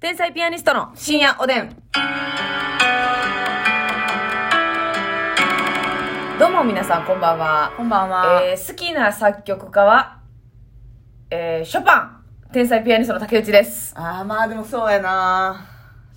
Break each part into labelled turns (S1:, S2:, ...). S1: 天才ピアニストの深夜おでん。どうも皆さん、こんばんは。
S2: こんばんは。
S1: えー好きな作曲家は、えーショパン、天才ピアニストの竹内です。
S2: ああ、まあでもそうやな。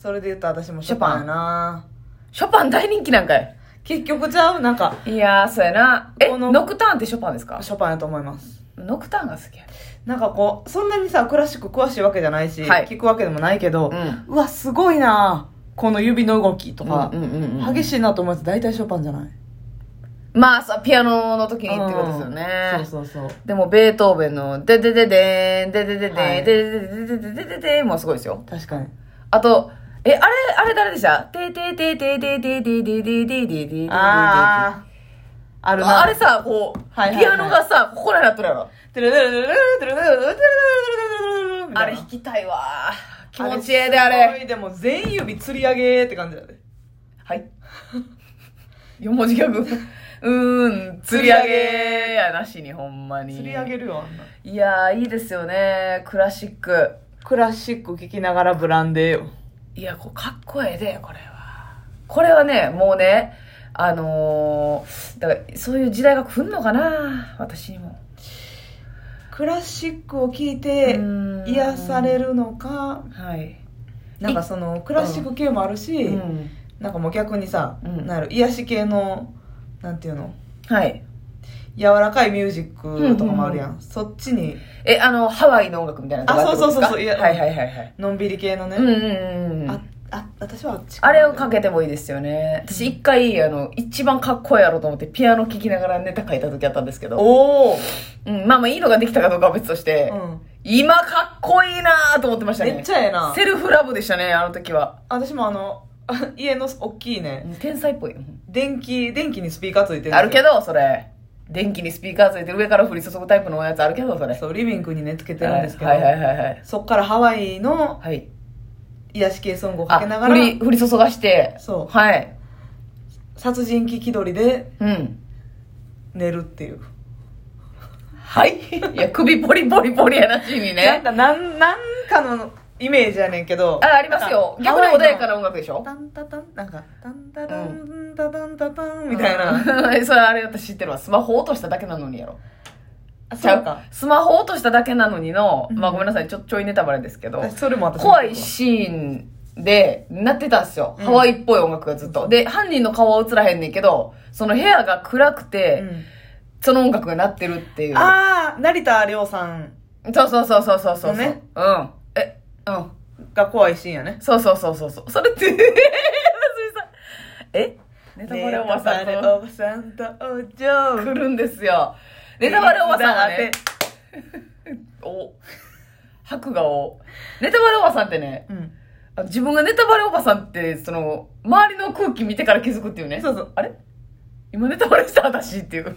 S2: それで言うと私もショパンやな。
S1: ショパン大人気なんかい。
S2: 結局ちゃうなんか、
S1: いやー、そうやな。え、
S2: この
S1: ノクターンってショパンですか
S2: ショパンやと思います。
S1: ノクターンが好きやね。
S2: なんかこう、そんなにさ、クラシック詳しいわけじゃないし、
S1: はい
S2: 聞くわけでもないけど、
S1: う
S2: わ、すごいな。この指の動きとか、
S1: うんうんうんうん
S2: 激しいなと思うやつ大体ショパンじゃない
S1: まあ、そうピアノの時にってことですよね。
S2: うんそうそうそう。
S1: でも、ベートーベンの、ででででーん、でででで
S2: は
S1: ー
S2: い
S1: ん、ででででででででーんもすごいですよ。
S2: 確かに。
S1: あと、え、あれ、あれ誰でしたてててててててててててててあ
S2: ああ、あるな。
S1: あれさ、こう、
S2: はいはいはい
S1: ピアノがさ、ここらになっとるやろ。
S2: てるてるてるてるてるてるてるてるてるてる
S1: あれ弾きたいわー。気持ちええで、あれ。。
S2: でも全指吊り上げって感じだね。
S1: はい。4文字ギャグ。うーん、釣り上げやなしに、ほんまに。
S2: 釣り上げるよ、あんな。
S1: いやー、いいですよね。クラシック。
S2: クラシック聴きながらブランデーよ。
S1: いや、こうかっこええで、これは。これはね、もうね、あのー、だから、そういう時代が来んのかな私にも。
S2: クラシックを聴いうて
S1: ーん
S2: 癒されるのか、
S1: はい。
S2: なんかそのクラシック系もあるし、
S1: うん。
S2: なんかもう逆にさ、
S1: うん
S2: なる癒し系の、なんていうの
S1: はい。
S2: 柔らかいミュージックとかもあるやん。そっちに、
S1: え、あの、ハワイの音楽みたいなのとか
S2: あそうそうそうそう
S1: って
S2: い
S1: ことです
S2: や
S1: かはいはいはいはい。
S2: のんびり系のね。
S1: うんうんうんう
S2: あ
S1: ん。、
S2: あ、私はあっち
S1: あれをか
S2: け
S1: けてもいいですよね。私一回、あの、一番かっこいいやろうと思って、ピアノ聴きながらネタ書いた時あったんですけど、
S2: おー、
S1: うん、まあまあいいのができたかどうかは別として、
S2: うん、
S1: 今かっこいいなーと思ってましたね。
S2: めっちゃええな。
S1: セルフラブでしたね、あの時は。
S2: 私もあの、 家の大きいね、
S1: 天才っぽい。
S2: 電気、電気にスピーカーついてるんですよ
S1: あるけど、それ。電気にスピーカーついて上から降り注ぐタイプのやつあるけど、それ。
S2: そう、リビングにね、つけてるんですけど、
S1: はいはいはいはい。
S2: そっからハワイの
S1: はい。
S2: 癒し系ソングをか
S1: あ、
S2: けながら
S1: 降、り、降り注がして。
S2: そう
S1: はい。
S2: 殺人鬼気取りで
S1: うん。
S2: 寝るっていう。
S1: はい。いや、首ポリポリポリやなしに
S2: なん
S1: ね。
S2: か、なん、なんかのイメージやねんけど。
S1: あ、ありますよ。
S2: な
S1: 逆
S2: ん
S1: に
S2: ハワイ
S1: 穏
S2: の
S1: やかな音楽でしょ
S2: タンタタン、なんか、タンタタン、タタンタタン、みたいな。
S1: な。それあれ私知ってるわ。スマホ落としただけなのにやろ。
S2: あ、そうか。
S1: スマホ落としただけなのにの、まあごめんなさい、ちょ、ちょいネタバレですけど。
S2: 私それも私も
S1: 怖い。シーンで、なってたんですよ。
S2: うん
S1: ハワイっぽい音楽がずっと。で、犯人の顔は映らへんねんけど、その部屋が暗く
S2: う
S1: て、
S2: ん
S1: その音楽が鳴ってるっていう。
S2: あー、成田凌さん
S1: そうそうそうそうそうそう。
S2: のね
S1: うん。え、うん。
S2: が怖いシーンやね。
S1: そうそうそうそうそう。それって、 えさん。えネタバレおばさん
S2: ネ
S1: と
S2: タバレおばさんとお嬢。
S1: 来るんですよ。ネタバレおばさんがね
S2: ネ、
S1: お、白がお。ネタバレおばさんってね、
S2: タバレうん。
S1: あ自分がネタバレおばさんって、その、周りの空気見てから気づくっていうね。
S2: そうそう
S1: あれ今ネタバレした私っていう。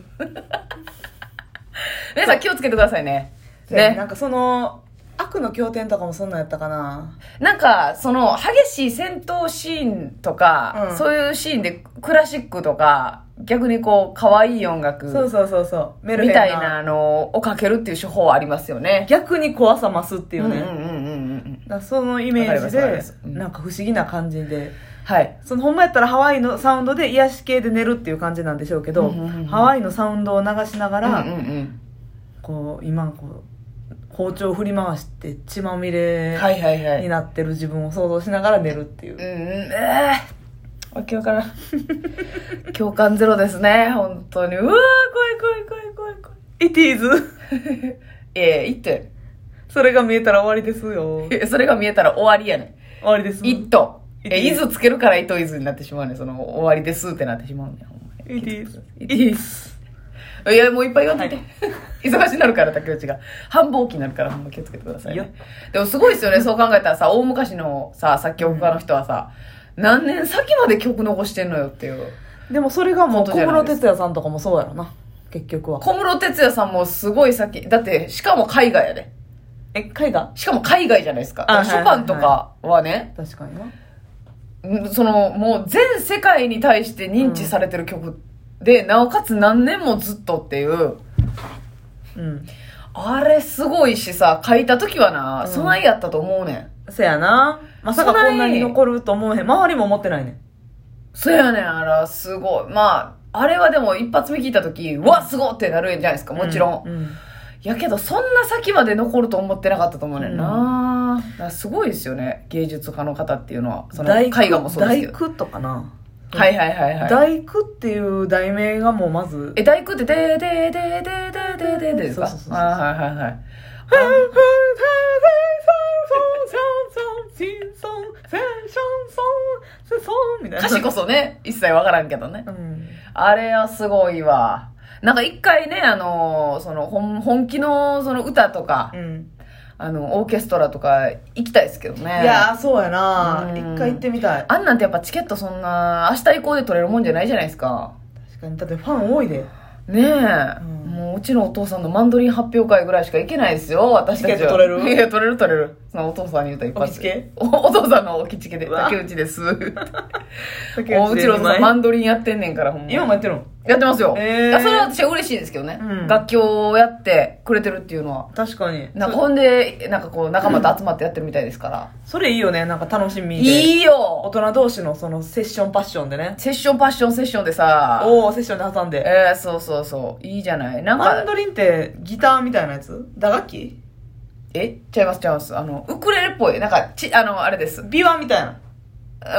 S1: 皆さん気をつけてくださいね。
S2: ね。な
S1: ね。
S2: んかその、悪の経典とかもそんなんやったかな。
S1: なんか、その、激しい戦闘シーンとか、
S2: うん
S1: そういうシーンでクラシックとか、逆にこう、可愛い音楽
S2: そう
S1: み
S2: そうそうそう。メルヘンな。
S1: たいなのをかけるっていう手法はありますよね。
S2: 逆に怖さ増すってい
S1: うん
S2: う
S1: うんう
S2: ね。
S1: んうんうん。
S2: だからそのイメージ
S1: わかりま
S2: です
S1: わかりますうん
S2: なんか不思議な感じで
S1: はい。
S2: そのほんまやったらハワイのサウンドで癒し系で寝るっていう感じなんでしょうけど、
S1: うんうんうん
S2: ハワイのサウンドを流しながら、
S1: うんうんうん
S2: こう今こう包丁を振り回して血まみれ
S1: はいはいはい
S2: に。なってる自分を想像しながら寝るっていう、
S1: うん、えー、わけわからん。 共感ゼロですね、本当に。うわー、怖い怖い怖い怖い怖い。
S2: It is
S1: ええ、いって。
S2: それが見えたら終わりですよ
S1: えそれが見えたら終わりやね
S2: 終わりです
S1: ん。いっと。え、
S2: It
S1: い
S2: is
S1: ずつけるからいといずになってしまうねん。その、終わりですってなってしまうねん。ほんま
S2: It is
S1: It is にいや、もういっぱい読んで
S2: は
S1: て。忙しになるから、竹内が。繁忙期になるから、ほんま気をつけてください、
S2: いいよ
S1: ね。でもすごいですよね、そう考えたらさ、大昔のさ、作曲家の人はさ、何年先まで曲残してんのよっていう。
S2: でもそれがもう
S1: 本当
S2: 小
S1: じゃない
S2: 室
S1: です
S2: 哲哉さんとかもそうやろな結局は
S1: 小室哲哉さんもすごい先、だって、しかも海外やで。
S2: え絵画
S1: しかも海外じゃないですか。
S2: あ
S1: ショパンとかはね、
S2: 確かにな
S1: うんその、もう全世界に対して認知されてる曲で、なおかつ何年もずっとっていう、
S2: うん
S1: あれすごいしさ、書いた時はな、
S2: うん
S1: 備えやったと思うねん。
S2: せやな。まさかこんなに残ると思うへん。周りも思ってないねん。
S1: そうやねん、あら、すごい。まあ、あれはでも一発目聞いたとき、うわ、すごいってなるんじゃないですか、もちろん。
S2: ううん
S1: やけど、そんな先まで残ると思ってなかったと思うねんな。だからすごいですよね、芸術家の方っていうのは。その絵
S2: 大工
S1: 画もそうですけ
S2: 大
S1: ど。
S2: 工とかな。
S1: はいはいはいはい。
S2: 大工っていう題名がもうまず、
S1: え、大工って、で、で、で、で、で、で、で、でですか
S2: そうそうそうそう
S1: あーはいはいはい。
S2: みたいな。
S1: 歌詞こそね、一切わからんけどね。
S2: うん。
S1: あれはすごいわ。なんか一回ね、あのーその本、本気のその歌とか、
S2: うん。
S1: あの、オーケストラとか行きたいですけどね。
S2: いやー、そうやな
S1: うん
S2: 一回行ってみたい。
S1: あんなんてやっぱチケットそんな、明日以降で取れるもんじゃないじゃないですか。
S2: 確かに。だってファン多いで。
S1: ねえ、
S2: うん
S1: もううちのお父さんのマンドリン発表会ぐらいしか行けないですよ、私たちは。
S2: チケット取れる
S1: いや、取れる取れる。そのお父さんに言うたら一
S2: お
S1: 発。
S2: きつけ
S1: おお父さんのおきちけで、
S2: うわ
S1: 竹内です。おうちのお父さんマンドリンやってんねんから、ほんま。
S2: 今もやってるの
S1: やってますよ。
S2: へえ
S1: いやそれは私は嬉しいですけどね、
S2: うん
S1: 楽器をやってくれてるっていうのは。
S2: 確かに。
S1: なんかほんで、なんかこう仲間と集まってやってるみたいですから。
S2: それいいよね。なんか楽しみで。
S1: いい
S2: 大
S1: よ
S2: 人同士のそのセッションパッションでね。
S1: セッションパッションセッションでさ。
S2: おー、セッションで挟んで。
S1: えー、そうそうそう。いいじゃない。なん
S2: マン
S1: か、
S2: ドリンってギターみたいなやつ打楽器
S1: えちゃいますちゃいます。あの、ウクレレっぽい。なんか、ち、あの、あれです。
S2: ビワみたいな。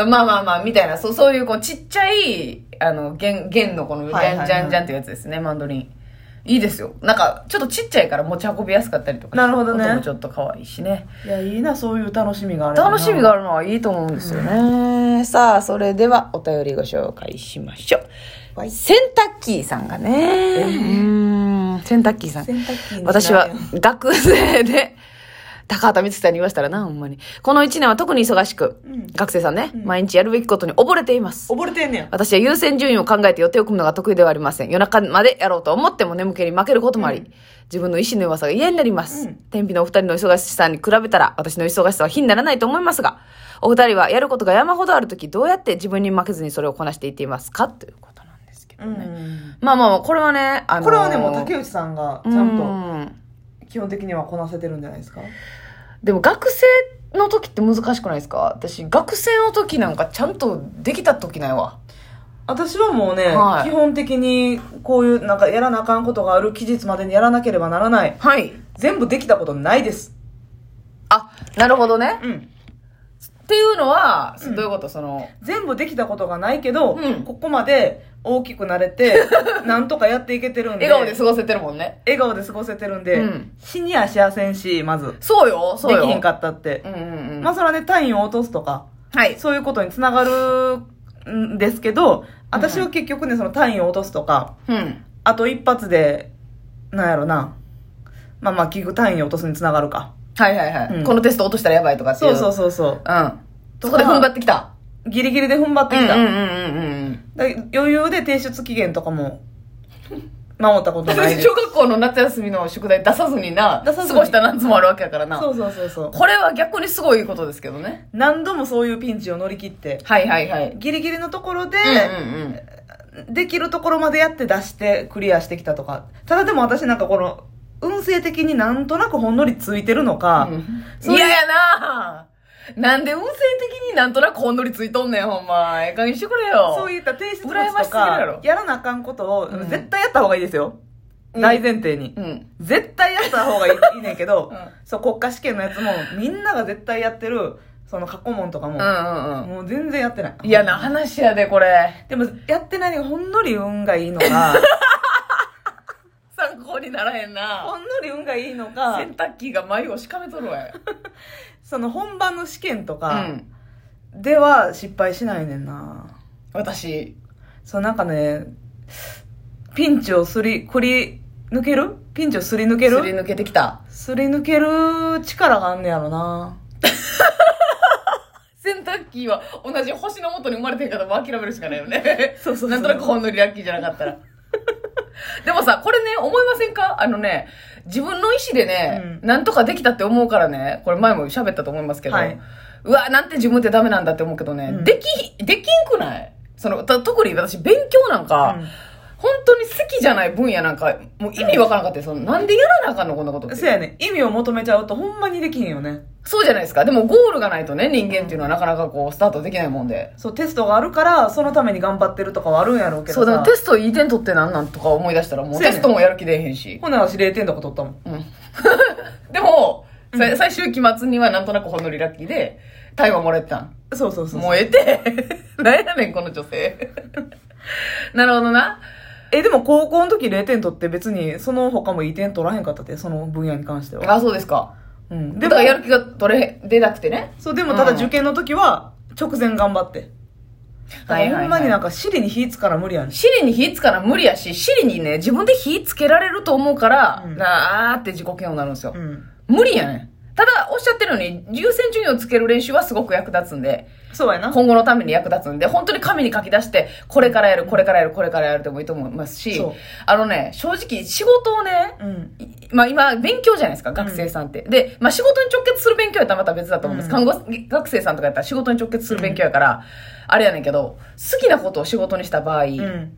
S1: まあまあまあ、みたいな、そう、そういう、こう、ちっちゃい、あの、弦、弦のこの、じ
S2: はいはい
S1: ゃ
S2: は
S1: ん
S2: い
S1: じゃんじゃんっていうやつですね、マンドリン。いいですよ。なんか、ちょっとちっちゃいから持ち運びやすかったりとか。
S2: なるほどね
S1: 音もちょっと可愛いしね。
S2: いや、いいな、そういう楽しみがある。
S1: 楽しみがあ
S2: る。
S1: るのはいいと思うんですよね。さあ、それでは、お便りご紹介しましょ
S2: は
S1: う。
S2: い
S1: センタッキーさんがね、うーん、センタッキーさん。
S2: 洗濯機に
S1: 私は学生で、高畑充希さんに言わせたらな、ほんまに。この1年は特に忙しく、
S2: うん
S1: 学生さんね、
S2: うん
S1: 毎日やるべきことに溺れています。
S2: 溺れてんねや。
S1: 私は優先順位を考えて予定を組むのが得意ではありません。夜中までやろうと思っても眠気に負けることもあり、自分の意志の弱さが嫌になります。
S2: うん
S1: 天日のお二人の忙しさに比べたら、私の忙しさは非にならないと思いますが、お二人はやることが山ほどあるとき、どうやって自分に負けずにそれをこなしていっていますかということなんですけど
S2: う
S1: ね。
S2: ん。
S1: まあまあまあ、これはね、あのー
S2: これはでも竹内さんがちゃんと
S1: うん
S2: 基本的にはこなせてるんじゃないですか
S1: でも学生の時って難しくないですか私学生の時なんかちゃんとできた時ないわ
S2: 私はもうね、
S1: はい
S2: 基本的にこういうなんかやらなあかんことがある期日までにやらなければならない
S1: はい
S2: 全部できたことないです
S1: あなるほどね
S2: うん
S1: っていうのは、どういうことその
S2: 全部できたことがないけど、
S1: うん
S2: ここまで大きくなれ てなんとかやっていけてるんで
S1: 笑顔で過ごせてるもんね
S2: 笑顔で過ごせてるんで、
S1: うん
S2: 死には幸せんしまず
S1: そうよそう
S2: で
S1: よ
S2: きへんかったって
S1: う、んうんうん、
S2: まあそれはね単位を落とすとか
S1: はい
S2: そういうことにつながるんですけど私は結局ねその単位を落とすとか
S1: うん
S2: あと一発で、なんやろな。まあまあ、器具単位を落とすにつながるか。
S1: はいはいはい、
S2: うん
S1: このテスト落としたらやばいとかってい
S2: そううそう
S1: う
S2: そうそう。
S1: うん
S2: と
S1: そこ
S2: か
S1: で踏ん張ってきた
S2: ギリギリで踏ん張ってきた。
S1: うんうんうんうんうん
S2: だ余裕で提出期限と かも、守ったことない
S1: 私
S2: で
S1: 小学校の夏休みの宿題出さずにな
S2: 出さずに
S1: 過ごした夏もあるわけやからな
S2: そうそうそうそう。
S1: これは逆にすごいことですけどね
S2: 何度もそういうピンチを乗り切って、
S1: はいはいはい
S2: ギリギリのところで、
S1: うんうんうん
S2: できるところまでやって出してクリアしてきたとか。ただでも私なんかこの、運勢的になんとなくほんのりついてるのか、そういう
S1: 嫌やななんで運勢的になんとなくほんのりついとんねん、ほんま。ええ加減にしてくれよ。
S2: そういった提出物
S1: 羨ましすぎ
S2: と
S1: るや
S2: か
S1: ろ、
S2: やらなあかんことを
S1: うん
S2: 絶対やった方がいいですよ。
S1: うん
S2: 大前提に。
S1: うん。
S2: 絶対やった方がいいいいねんけど、
S1: うん
S2: そう、国家試験のやつも、みんなが絶対やってる、その過去問とか
S1: う
S2: も
S1: んう、んうん。
S2: もう全然やってない。
S1: 嫌な。話やで、これ。
S2: でも、やってないのにほんのり運がいい のか、
S1: 参考にならへんな。
S2: ほんのり運がいいのか
S1: 洗、濯機が眉をしかめとるわよ。
S2: その本番の試験と
S1: う
S2: か
S1: ん。
S2: では失敗しないねんな。
S1: 私。
S2: そう、なんかね、ピンチをすり、くり抜けるピンチをすり抜け
S1: す
S2: る
S1: り抜けてきた。
S2: すり抜ける力があんねやろな。
S1: 洗濯機は同じ星の元に生まれてるからもう諦めるしかないよね。
S2: そうそうそう
S1: なんとなくほんのりラッキーじゃなかった ら。でもさ、これね、思いませんかあのね、自分の意思でね、
S2: う
S1: なんとかできたって思うからね、これ前も喋ったと思いますけど、
S2: はいう
S1: わ、なんて自分ってダメなんだって思うけどね、
S2: うん
S1: でき、できんくないその、た特に私、勉強なんか、
S2: うん
S1: 本当に好きじゃない分野なんか、もう意味わからなかったよ。その、なんでやらなあかんのこんなことって。
S2: そうやね。意味を求めちゃうとほんまにできへんよね。
S1: そうじゃないですか。でもゴールがないとね、人間っていうのはなかなかこう、スタートできないもんで。
S2: そう、テストがあるから、そのために頑張ってるとかはあるんやろうけどさ。
S1: そう、だからテストいい点取ってなんなんとか思い出したら、もう
S2: そうや
S1: テ
S2: ね
S1: ストもやる気出えへんし。
S2: ほな、私0点とか取ったもん。
S1: うん。 でも、さ最終期末にはなんとなくほんのりラッキーで、タイはもらえてたん。
S2: そうそうそうそう。
S1: もうええて。 何やねん、この女性。 なるほどな。
S2: え、でも高校の時0点取って別にその他もいい点取らへんかったって、その分野に関しては。
S1: あ、そうですか。
S2: うん。
S1: でだ
S2: でも
S1: から、やる気が取れ、出なくてね。
S2: そう、でもただ
S1: うん
S2: 受験の時は直前頑張って。
S1: はいはいはい
S2: ほんまになんか尻に火つから無理やねん。
S1: シリに火つかな無理やし、シリにね、自分で火つけられると思うから、
S2: うん
S1: なあーって自己嫌悪になるんですよ。
S2: うん。
S1: 無理やねん。ただ、おっしゃってるように、優先順位をつける練習はすごく役立つんで、
S2: そうやな。
S1: 今後のために役立つんで、本当に紙に書き出して、これからやる、これからやる、これからやるでもいいと思いますし
S2: そう、
S1: あのね、正直、仕事をね、
S2: うん。
S1: いまあ今、勉強じゃないですか、学生さんって。で、まあ仕事に直結する勉強やったらまた別だと思うんです。
S2: う
S1: 看
S2: ん
S1: 護学生さんとかやったら仕事に直結する勉強やから、あれやねんけど、好きなことを仕事にした場合、
S2: うん。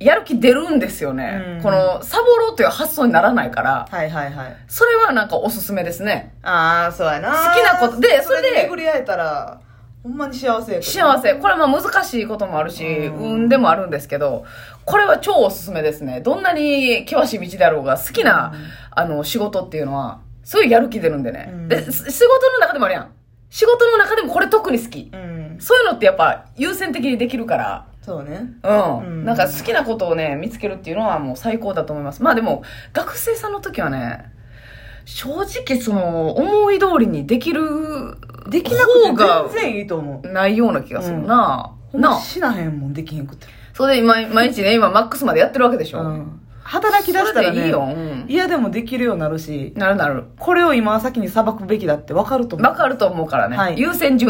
S1: やる気出るんですよね。
S2: うん
S1: この、サボろうという発想にならないから、
S2: はいはいはい。
S1: それはなんかおすすめですね。
S2: ああ、そうやな。
S1: 好きなことでそれで
S2: 巡り合えたら、ほんまに幸せやけど
S1: 幸せ。これはまあ難しいこともあるし、
S2: うん
S1: 運でもあるんですけど、これは超おすすめですね。どんなに険しい道であろうが、好きな、あの、仕事っていうのは、すごいやる気出るんでね。
S2: うん
S1: で、す仕事の中でもあるやん。仕事の中でもこれ特に好き。
S2: うん。
S1: そういうのってやっぱ優先的にできるから、
S2: そうね。
S1: うん、
S2: うん
S1: なんか好きなことをね、見つけるっていうのはもう最高だと思います。まあでも、学生さんの時はね、正直その、思い通りにできる、できな方が
S2: 全然いいと思う。
S1: ないような気がするな。
S2: ほん
S1: な
S2: ま
S1: あ
S2: 死なへんもん、できへんくて。
S1: それで今、毎日ね、今マックスまでやってるわけでしょ。
S2: うん。働き出したら
S1: それで
S2: ね、
S1: いいよ。うん
S2: いやでもできるようになるし、
S1: なるなる。
S2: これを今先に裁くべきだってわかると思う。
S1: わかると思うからね。
S2: はい
S1: 優先順